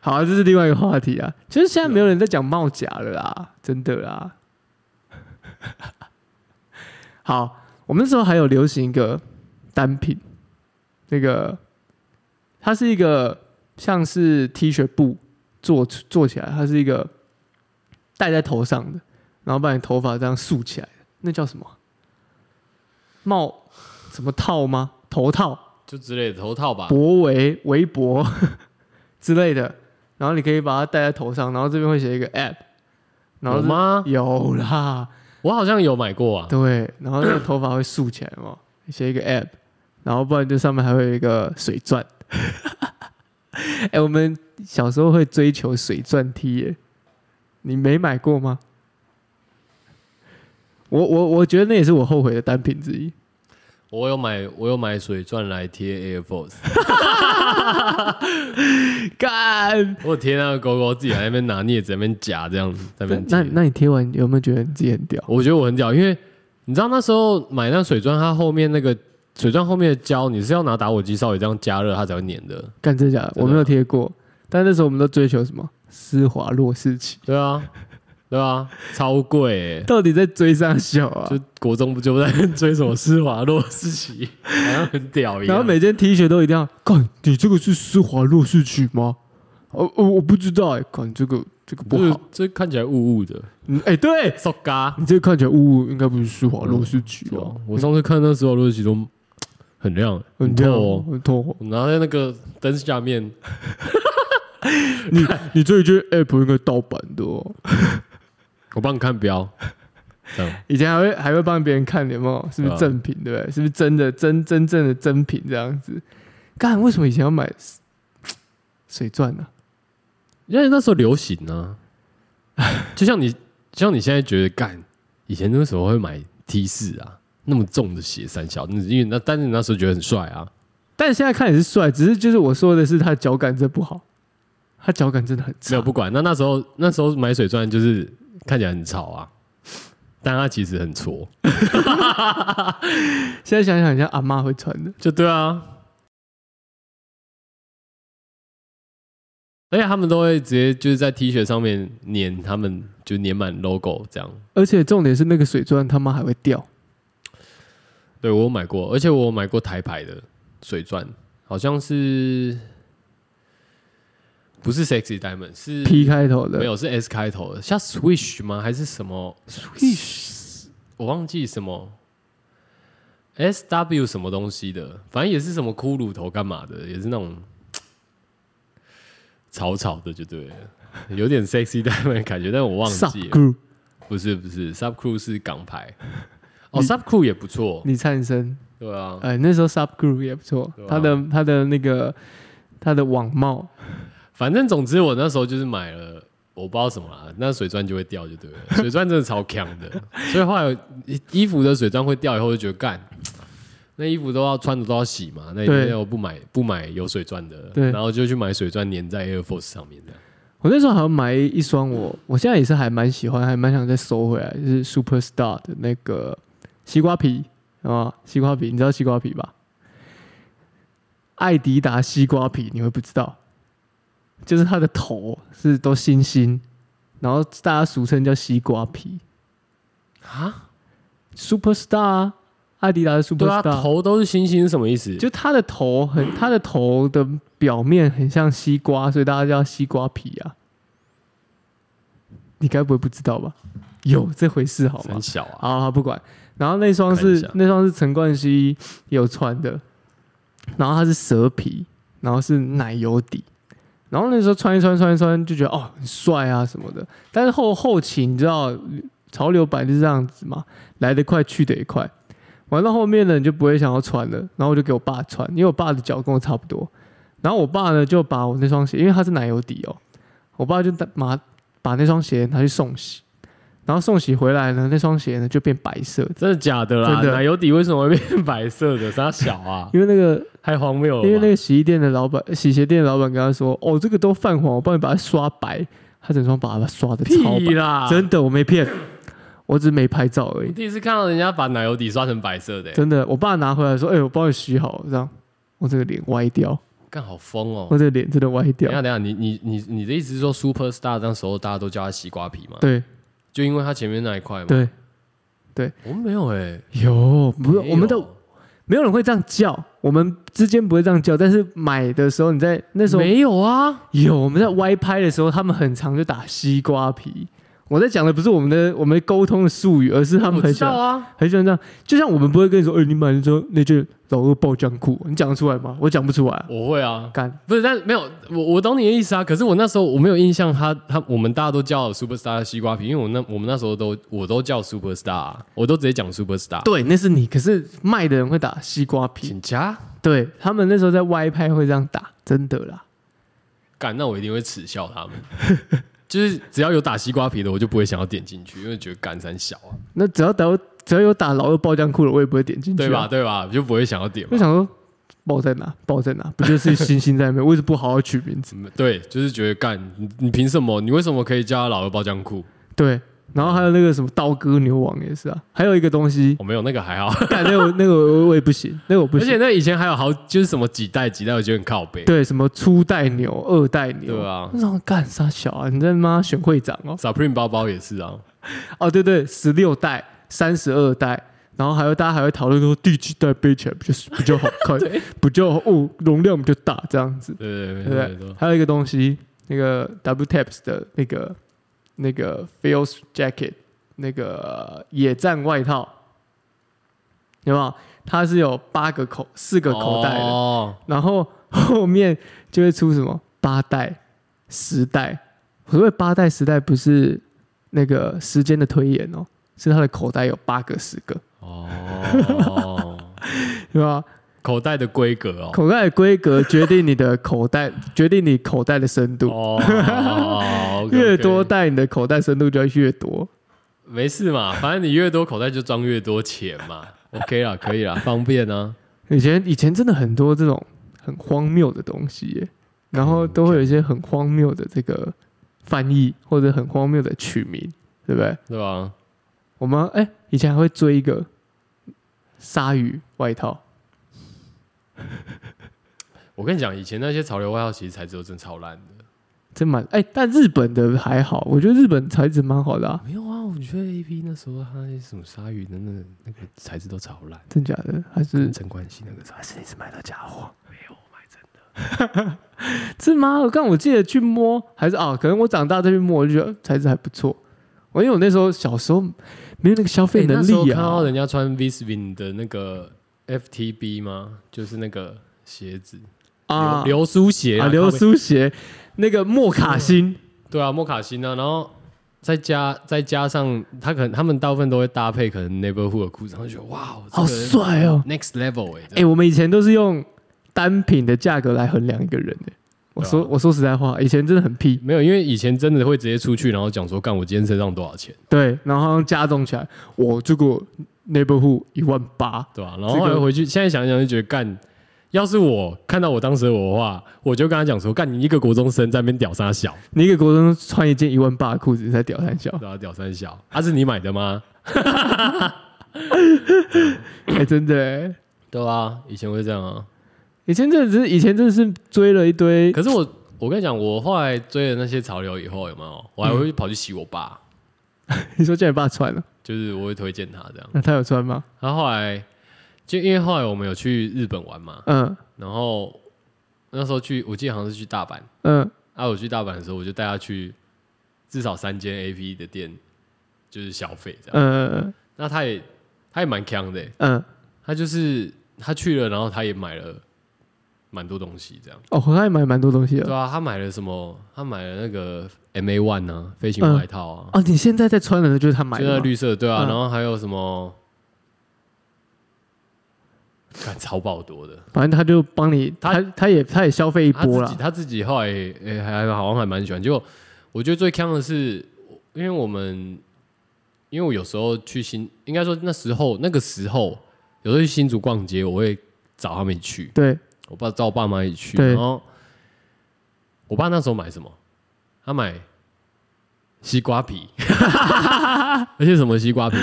好、啊，这是另外一个话题啊。其实现在没有人在讲帽甲了啦，真的啊 啦。好，我们那时候还有流行一个单品，那个它是一个像是 T 恤布做做起来，它是一个戴在头上的，然后把你头发这样竖起来的，那叫什么？帽？什么套吗？头套？就之类的头套吧。脖围、围脖 之类的，然后你可以把它戴在头上，然后这边会写一个 app，然后有是？吗？有啦，我好像有买过啊。对，然后那个头发会竖起来嘛，写一个 app，然后不然就上面还会有一个水钻。 哎、我们小时候会追求水钻 T 耶，你没买过吗？我我我觉得那也是我后悔的单品之一。我有买，我有买水钻来贴 Air Force，干， 我有贴那个狗狗自己在那边拿镊子，在那边夹这样子，在那边那贴那你贴完有没有觉得你自己很屌？我觉得我很屌，因为你知道那时候买那水钻，它后面那个水钻后面的胶，你是要拿打火机稍微这样加热，它才会粘的。干真假的？真的啊我没有贴过，但那时候我们都追求什么施华洛世奇，对啊，对啊，超贵、欸。到底在追啥小啊？就国中不就在追什么施华洛世奇，好像很屌一样。然后每件 T 恤都一定要，看你这个是施华洛世奇吗？哦哦，我不知道哎、看这个这个不这好，这看起来雾雾的，嗯哎、对瘦嘎。你这个看起来雾雾，应该不是施华洛世奇对啊哦，我上次看那施华洛世奇都嗯很亮，很透痛哦。很痛哦。我拿在那个灯下面，你你这一件 App 应该盗版的哦。我帮你看标，这样以前还会还会帮别人看有没有是不对啊是正品，对不对？是不是真的真真正的真品这样子？干，为什么以前要买水钻啊呢、因为那时候流行啊， 就像你，就像你现在觉得干，以前为什么会买 T 四啊？那么重的鞋三小，那是因为那但是你那时候觉得很帅啊，但现在看也是帅，只是就是我说的是他脚感真不好，他脚感真的很没差有。不管。那那时候那时候买水钻就是看起来很潮啊，但它其实很挫， 现在想想，很像阿妈会穿的。就对啊。而且他们都会直接就是在 T 恤上面粘，他们就粘满 logo 这样。而且重点是那个水钻他妈还会掉，对我有买过，而且我有买过台牌的水钻，好像是不是 Sexy Diamond 是 P 开头嗯没的。有是 S 开头的，像 Swish 吗？还是什么？我忘记什么 S W 什么东西的，反正也是什么骷髅头干嘛的，也是那种草草的就对了，有点 Sexy Diamond 的感觉，但我忘记 Sub 了， Group，不是不是 Sub Crew 是港牌。哦你，Sub Crew 也不错，李灿森，对啊，哎，那时候 Sub Group 也不错对啊，他的他的那个他的网帽，反正总之我那时候就是买了，我不知道什么啦，那水钻就会掉就 对了，水钻真的超强的，所以后来衣服的水钻会掉以后就觉得干。那衣服都要穿的都要洗嘛，那一对定要不买不买有水钻的，对然后就去买水钻粘在 Air Force 上面这样。我那时候好像买一双我，我现在也是还蛮喜欢，还蛮想再收回来，就是 Superstar 的那个西瓜皮啊，西瓜皮，你知道西瓜皮吧？艾迪达西瓜皮，你会不知道，就是它的头是都星星，然后大家俗称叫西瓜皮啊， Superstar，啊艾迪达的对啊， Superstar，、头都是星星是什么意思？就它的头很，它的头的表面很像西瓜，所以大家叫西瓜皮啊。你该不会不知道吧？有这回事好吗很？小啊，好好不管。然后那双看一下是那双是陈冠希有穿的，然后它是蛇皮，然后是奶油底。然后那时候穿一穿穿一穿就觉得哦很帅啊什么的，但是后后期你知道潮流版就是这样子嘛，来得快去得也快。玩到后面呢，你就不会想要穿了，然后我就给我爸穿，因为我爸的脚跟我差不多。然后我爸呢就把我那双鞋，因为它是奶油底哦，我爸就把把那双鞋拿去送洗，然后送洗回来呢，那双鞋呢就变白色的，真的假的啦？真的奶油底为什么会变白色的？啥小 啊？因为那个太荒谬了吧！因为那个洗衣店的老板，洗鞋店的老板跟他说：“哦，这个都泛黄，我帮你把它刷白。”他整双把它刷的超屁白，啦！真的，我没骗，我只是没拍照而我已。第一次看到人家把奶油底刷成白色的、欸，真的，我爸拿回来说：“哎、我帮你洗好。”这样，我这个脸歪掉，干好疯哦、我这个脸真的歪等一掉。下，等一下，你你你你的意思是说 Superstar 那时候大家都叫他西瓜皮嘛？对就因为他前面那一块嘛。，对，我们没有哎、有不是没有我们的没有人会这样叫，我们之间不会这样叫，但是买的时候你在那时候没有啊，有我们在歪拍的时候，他们很常就打西瓜皮。我在讲的不是我们的我们沟通的术语，而是他们我很知喜道欢啊，很喜欢这样。就像我们不会跟你说，哎、你买的时候那件老二爆浆裤，你讲得出来吗？我讲不出来啊、我会啊，干不是，但没有我我懂你的意思啊。可是我那时候我没有印象他，他我们大家都叫 Superstar 西瓜皮，因为我那我们那时候都我都叫 Superstar，啊我都直接讲 Superstar。对，那是你。可是卖的人会打西瓜皮，请假，对他们那时候在歪拍会这样打，真的啦。干，那我一定会耻笑他们。 就是只要有打西瓜皮的，我就不会想要点进去，因为觉得干三小啊，那只要打只要有打老二爆浆裤的，我也不会点进去、对吧？？对吧？就不会想要点就嘛。想说爆在哪？爆在哪？不就是星星在那边？ 为什么不好好取名字？嗯对，就是觉得干，你你凭什么？你为什么可以叫他老二包浆裤？对。然后还有那个什么刀割牛王也是啊，还有一个东西，我没有那个还好，干那个我那个我我也不行，那个我不而且行。那以前还有好就是什么几代几代，我觉得很靠背。对，什么初代牛、二代牛，对啊那种干啥小啊？你在妈选会长哦？ ，Supreme 包包也是啊，哦，对对，十六代、三十二代，然后还有大家还会讨论说第几代背起来比较比较好看，比较哦容量比较大这样子，对对对对对不对对？对。还有一个东西，那个 W Taps 的那个那个 Fields Jacket，那个野战外套，有没有？它是有八个口四个口袋的，哦，然后后面就会出什么八代、十代。所谓八代、十代不是那个时间的推演哦，是他的口袋有八个、十个，哦，对吧？口袋的规格哦，口袋的规格决定你的口袋， 决定你口袋的深度。哦哦，OK，OK 越多袋，你的口袋深度就要越多。没事嘛，反正你越多口袋就装越多钱嘛，OK 啦，可以啦，方便啊，以前以前真的很多这种很荒谬的东西耶，然后都会有一些很荒谬的这个翻译或者很荒谬的取名，对不对？对吧？我们哎、以前还会追一个鲨鱼外套，我跟你讲，以前那些潮流外套其实材质都真超烂的。真蛮哎、但日本的还好，我觉得日本材质蛮好的啊，没有啊，我觉得 A P 那时候他什么鲨鱼的那个那个材质都超烂，真假的还是陈冠希那个材质。是你是买到假货？没有，我买真的。是吗？我刚我记得去摸，还是啊，可能我长大再去摸，我就觉得材质还不错。我因为我那时候小时候没有那个消费能哎那时候力看到啊，人家穿 Visvin 的那个 F T B 吗？就是那个鞋子，啊流流苏鞋啊，啊，流靠背苏鞋那个莫卡星，对啊，莫卡辛啊，然后再加再加上他可能他们大部分都会搭配可能 neighborhood 的裤子，然后就觉得哇，这个好帅哦！ ，next level 哎、哎、我们以前都是用单品的价格来衡量一个人的、我说、对啊我说实在话，以前真的很屁，没有，因为以前真的会直接出去，然后讲说干我今天身上多少钱，对，然后好像加重起来，我这个 neighborhood 一万八，对吧、然后后来这个回去，现在想一想就觉得干。要是我看到我当时的我的话，我就跟他讲说：“干你一个国中生在那边屌三小，你一个国中穿一件一万八的裤子，你才屌 三小，对吧、屌三小，他、是你买的吗？哎、真的、欸，对啊，以前会这样啊。以前真的只是以前真的是追了 一堆，可是我，我跟你讲，我后来追了那些潮流以后，有没有？我还会跑去洗我爸，你说叫你爸穿了、啊就是我会推荐他这样。那他有穿吗？然后后来就因为后来我们有去日本玩嘛，嗯然后那时候去，我记得好像是去大阪。嗯，啊，我去大阪的时候，我就带他去至少三间 A P 的店，就是消费这样。嗯那他也他也蛮强的欸，嗯，他就是他去了，然后他也买了蛮多东西这样。哦，他也买蛮多东西对的。啊，他买了什么？他买了那个 M A One 啊，飞行嗯外套啊，哦，你现在在穿的就是他买就那的吗，绿色的，对啊，嗯然后还有什么？看超爆多的，反正他就帮你，他他他也他也消费一他自波己了。他自己后来也也还还好像还蛮喜欢。结果我觉得最坑的是，因为我们因为我有时候去新，应该说那时候那个时候，有时候去新竹逛街，我会找他们一起去，对，我爸找我爸妈一起去。对然后我爸那时候买什么？他买西瓜皮， 而且什么西瓜皮？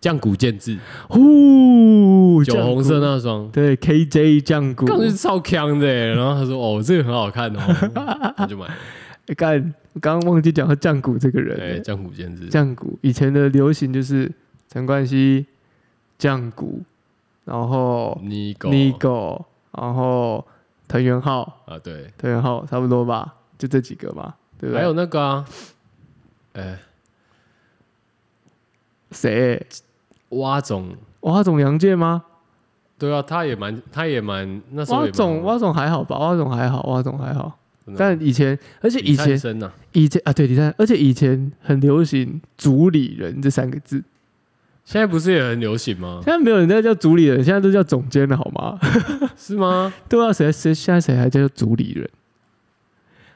酱骨健治，呼，酒红酱色骨，那双，对 KJ 酱骨，根本就是超强的欸。然后他说：“哦，这个很好看 哦。”他就买了。欸干，我刚刚忘记讲到酱骨这个对，人了。江湖哎剑士，酱骨以前的流行就是陈冠希、酱骨，然后 Nigo Nigo，然后藤原浩，啊，对，藤原浩差不多吧，就这几个嘛，对不对？还有那个啊，呃，谁？蛙总，蛙总杨介吗？对啊，他也蛮，他也蛮那时候蛙也蛮总蛙总还好吧？蛙总还好，蛙总还好。真的但以前，而且嗯以李灿前森呐，以前啊，对，你看，而且以前很流行“主理人”这三个字，现在不是也很流行吗 现？在没有人在叫主理人，现在都叫总监了，好吗？ 是吗？对啊，谁谁现在谁还叫主理人？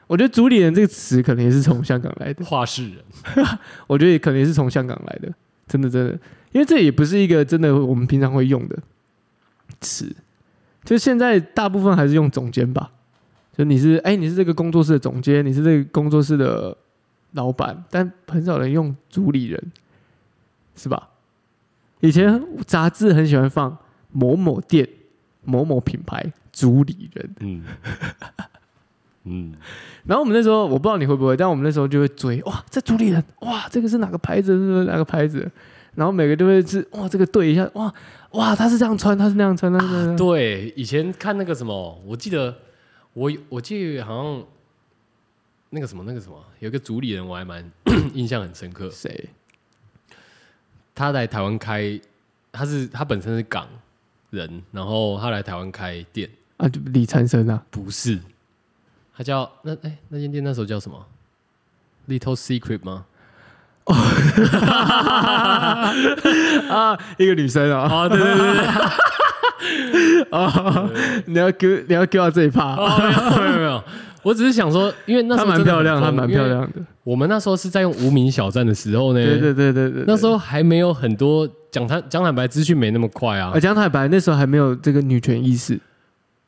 我觉得“主理人”这个词可能也是从香港来的，话事人，我觉得也可能也是从香港来的，真的真的，因为这也不是一个真的我们平常会用的词，就现在大部分还是用总监吧，就你是哎、你是这个工作室的总监，你是这个工作室的老板，但很少人用主理人，是吧？以前杂志很喜欢放某某店、某某品牌主理人， 嗯嗯，然后我们那时候我不知道你会不会，但我们那时候就会追哇，这主理人哇，这个是哪个牌子？这是哪个牌子？然后每个都会是哇，这个对一下哇哇，他是这样穿，他是那样穿，他是嗯那样 啊穿。对，以前看那个什么，我记得我我记得好像那个什么那个什么，有一个主理人我还蛮 印象很深刻，谁？他来台湾开，他是他本身是港人，然后他来台湾开店，啊，就李灿森啊，不是，他叫那哎、那间店那时候叫什么？Little Secret 吗？啊，一个女生啊，啊，对对哦对对， 啊，你要给你要给到这一趴，哦，没有没有没有，我只是想说，因为那时她候蛮真的漂亮，她很疯蛮漂。亮的，我们那时候是在用无名小站的时候呢，对对对对对。那时候候还没有很多讲坦讲坦白资讯没那么快啊啊，。江太白那时候还没有这个女权意识，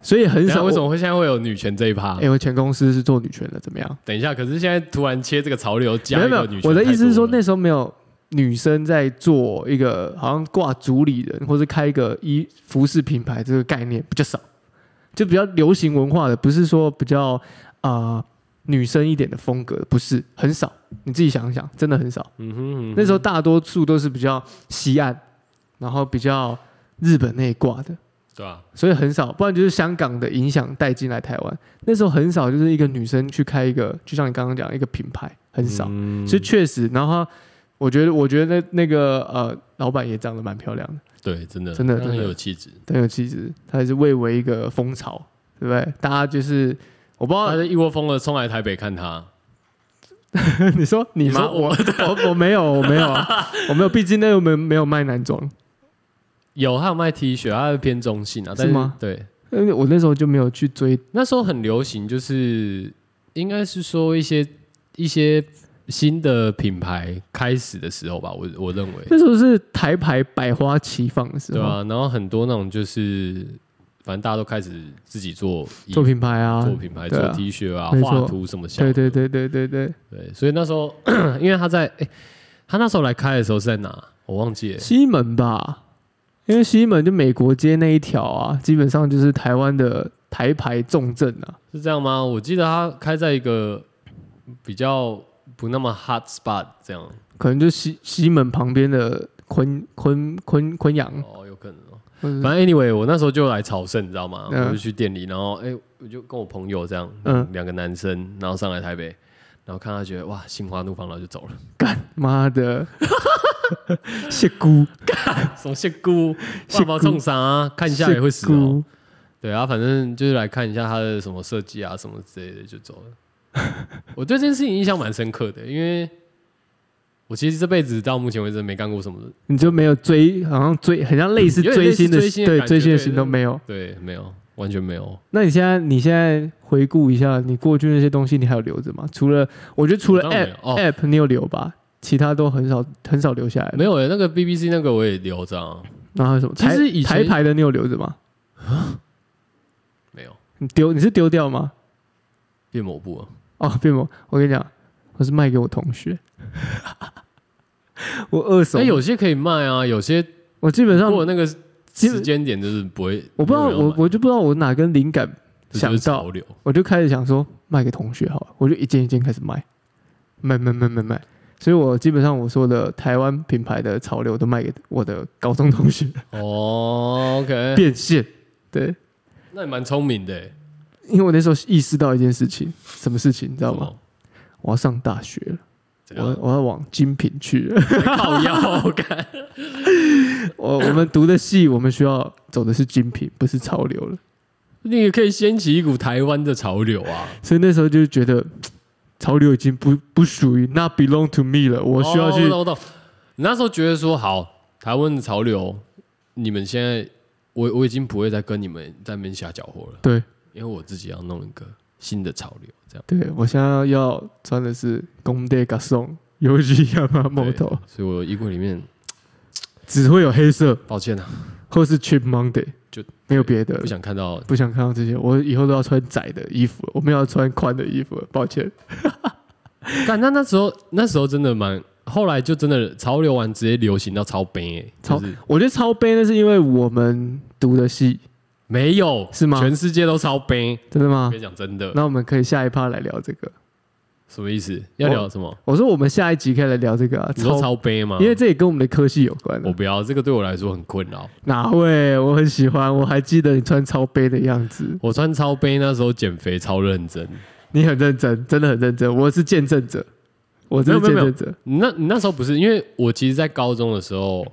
所以很等一下少为什。么会现在会有女权这一趴？哎，我全公司是做女权的，怎么样？等一下，可是现在突然切这个潮流，没加有一没个有女权太，多我了。的意思是说那时候没有女生在做一个好像挂主理人或者开一个衣服饰品牌这个概念比较少，就比较流行文化的，不是说比较啊、呃女生一点的风格，不是很少。你自己想想，真的很少。嗯哼，嗯哼那时候大多数都是比较西岸，然后比较日本那一挂的。对啊吧？所以很少，不然就是香港的影响带进来台湾。那时候很少，就是一个女生去开一个，就像你刚刚讲一个品牌，很少。嗯所以确实，然后她我觉得，我觉得那那个呃，老板也长得蛮漂亮的，对，真的真的她很真的有气质。很有气质，她也是蔚为一个风潮，对不对？大家就是我不知大道家一窝蜂的冲来台北看她， 你说你吗？你说我我 我我没有我没有啊，我没有，毕竟那个没没有卖男装，有她有卖 T 恤，她是偏中性啊，是但是吗对，因呃为我那时候就没有去追那时候很流行，就是应该是说一些一些新的品牌开始的时候吧，我我认为，那时候是台牌百花齐放的时对候，啊，然后很多那种就是，反正大家都开始自己做衣做品牌啊，做品牌、对做啊 T 恤啊、没错画图什么小的，对对对对对对，对，所以那时候因为他在，哎，他那时候来开的时候是在哪？我忘记了，西门吧，因为西门就美国街那一条啊，基本上就是台湾的台牌重镇啊。是这样吗？我记得他开在一个比较不那么 hot spot 这样，可能就西西门旁边的昆昆昆昆阳，哦，有可能哦。或者是反正 anyway，我那时候就来朝圣，你知道吗？嗯我就去店里，然后哎、我就跟我朋友这样，嗯两个男生，然后上来台北，然后看他觉得哇，心花怒放，然后就走了。 妈的，谢姑，什么谢姑，谢谢姑毛冲啥、啊？看一下也会死谢哦。姑。对啊，反正就是来看一下他的什么设计啊，什么之类的就走了。 我对这件事情印象蛮深刻的，因为我其实这辈子到目前为止没干过什么，你就没有追，好像追，很像类似嗯有点类追似星的，追星的对感追觉星的对行动对没有。对，没有，完全没有。那你现在，你现在回顾一下，你过去那些东西，你还有留着吗？除了，我觉得除了我当然 app 没有哦 app 你有留吧，其他都很少很少留下来。没有、欸、那个 BBC 那个我也留着、啊，然后还有什么？其实台以前台牌的你有留着吗？没有你丢你是丢掉吗？变抹布啊。哦，别我，我跟你讲，我是卖给我同学，我二手。那、有些可以卖啊，有些我基本上过了那个基本时间点就是不会，我不知道，没有人要我买我就不知道我哪根灵感这就想是到潮，流，我就开始想说卖给同学好了，我就一件一件开始卖，卖卖卖卖卖，所以我基本上我说的台湾品牌的潮流都卖给我的高中 同学哦，OK，变现。对，那你蛮聪明的欸，因为我那时候意识到一件事情，什么事情你知道吗？我要上大学了，什么？我我要往精品去了。这个靠腰 感我我们读的系，我们需要走的是精品，不是潮流了。你也可以掀起一股台湾的潮流啊！所以那时候就觉得，潮流已经不不属于 not belong to me 了，我需要哦去我懂我懂。你那时候觉得说好，台湾的潮流，你们现在我我已经不会再跟你们在那边下搅和了。对，因为我自己要弄一个新的潮流，这样。对我现在要穿的是 g o m d e g a s o n 尤其亚麻木头，所以我衣柜里面，只会有黑色抱歉啊，或是 Cheap Monday，就没有别的了不。想看到。不想看到这些，我以后都要穿窄的衣服，我们要穿宽的衣服了，抱歉。但那那时候那时候真的蛮，后来就真的潮流完直接流行到超悲、欸，超就是我觉得超悲，那是因为我们读的系，没有是吗全世界都超悲。真的我吗跟？你讲真的，那我们可以下一趴来聊这个。什么意思？要聊什么？我说我们下一集可以来聊这个啊，你说超悲吗？因为这也跟我们的科系有关我的。不要，这个对我来说很困扰。哪会？我很喜欢，我还记得你穿超杯的样子，我穿超杯那时候减肥超认真，你很认真，真的很认真，我是见证者，我真的见没有没有证者，你那你那时候不是因为我其实，在高中的时候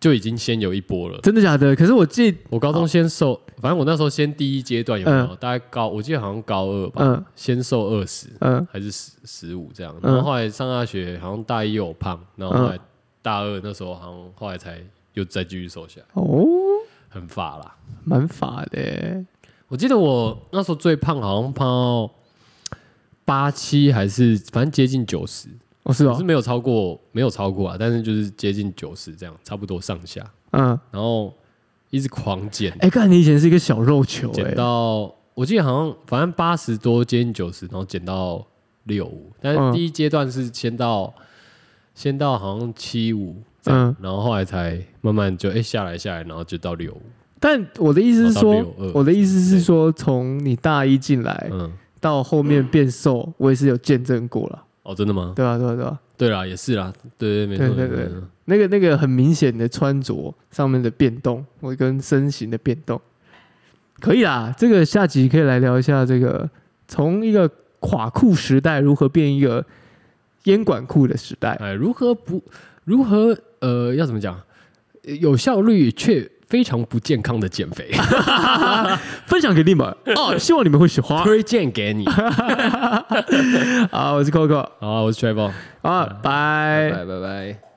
就已经先有一波了。真的假的？可是我记，我高中先瘦，反正我那时候先第一阶段有没有？大概高，我记得好像高二吧，嗯先瘦二十嗯还是十十五这样。嗯然后后来上大学，好像大一有胖，然后后来大二那时候好像后来才又再继续瘦下来，哦，很发啦。蛮法的欸，我记得我那时候最胖，好像胖到八七还是反正接近九十，哦是可是哦，没有超过，没有超过啊，但是就是接近九十这样，差不多上下。嗯，然后一直狂减，哎，看你以前是一个小肉球，减哎，到我记得好像反正八十多接近九十，然后减到六五，但嗯是第一阶段是先到先到好像七五，嗯，然后后来才慢慢就哎、诶下来下来，然后就到六五，但我的意思是然说后到62，我的意思是说，从你大一进来嗯，到后面变瘦，我也是有见证过了，哦，真的吗？对吧？啊对吧？对吧？对啦，也是啦，对对没错对对没错对没错那个那个很明显的穿着上面的变动，我跟身形的变动，可以啦。这个下集可以来聊一下这个从一个垮裤时代如何变一个烟管裤的时代。哎，如何不如何呃，要怎么讲？有效率却非常不健康的减 肥，分享给你们哦，希望你们会 喜欢。推荐给你。好，我是 Coco 好，我是 Travel，啊，拜拜拜拜。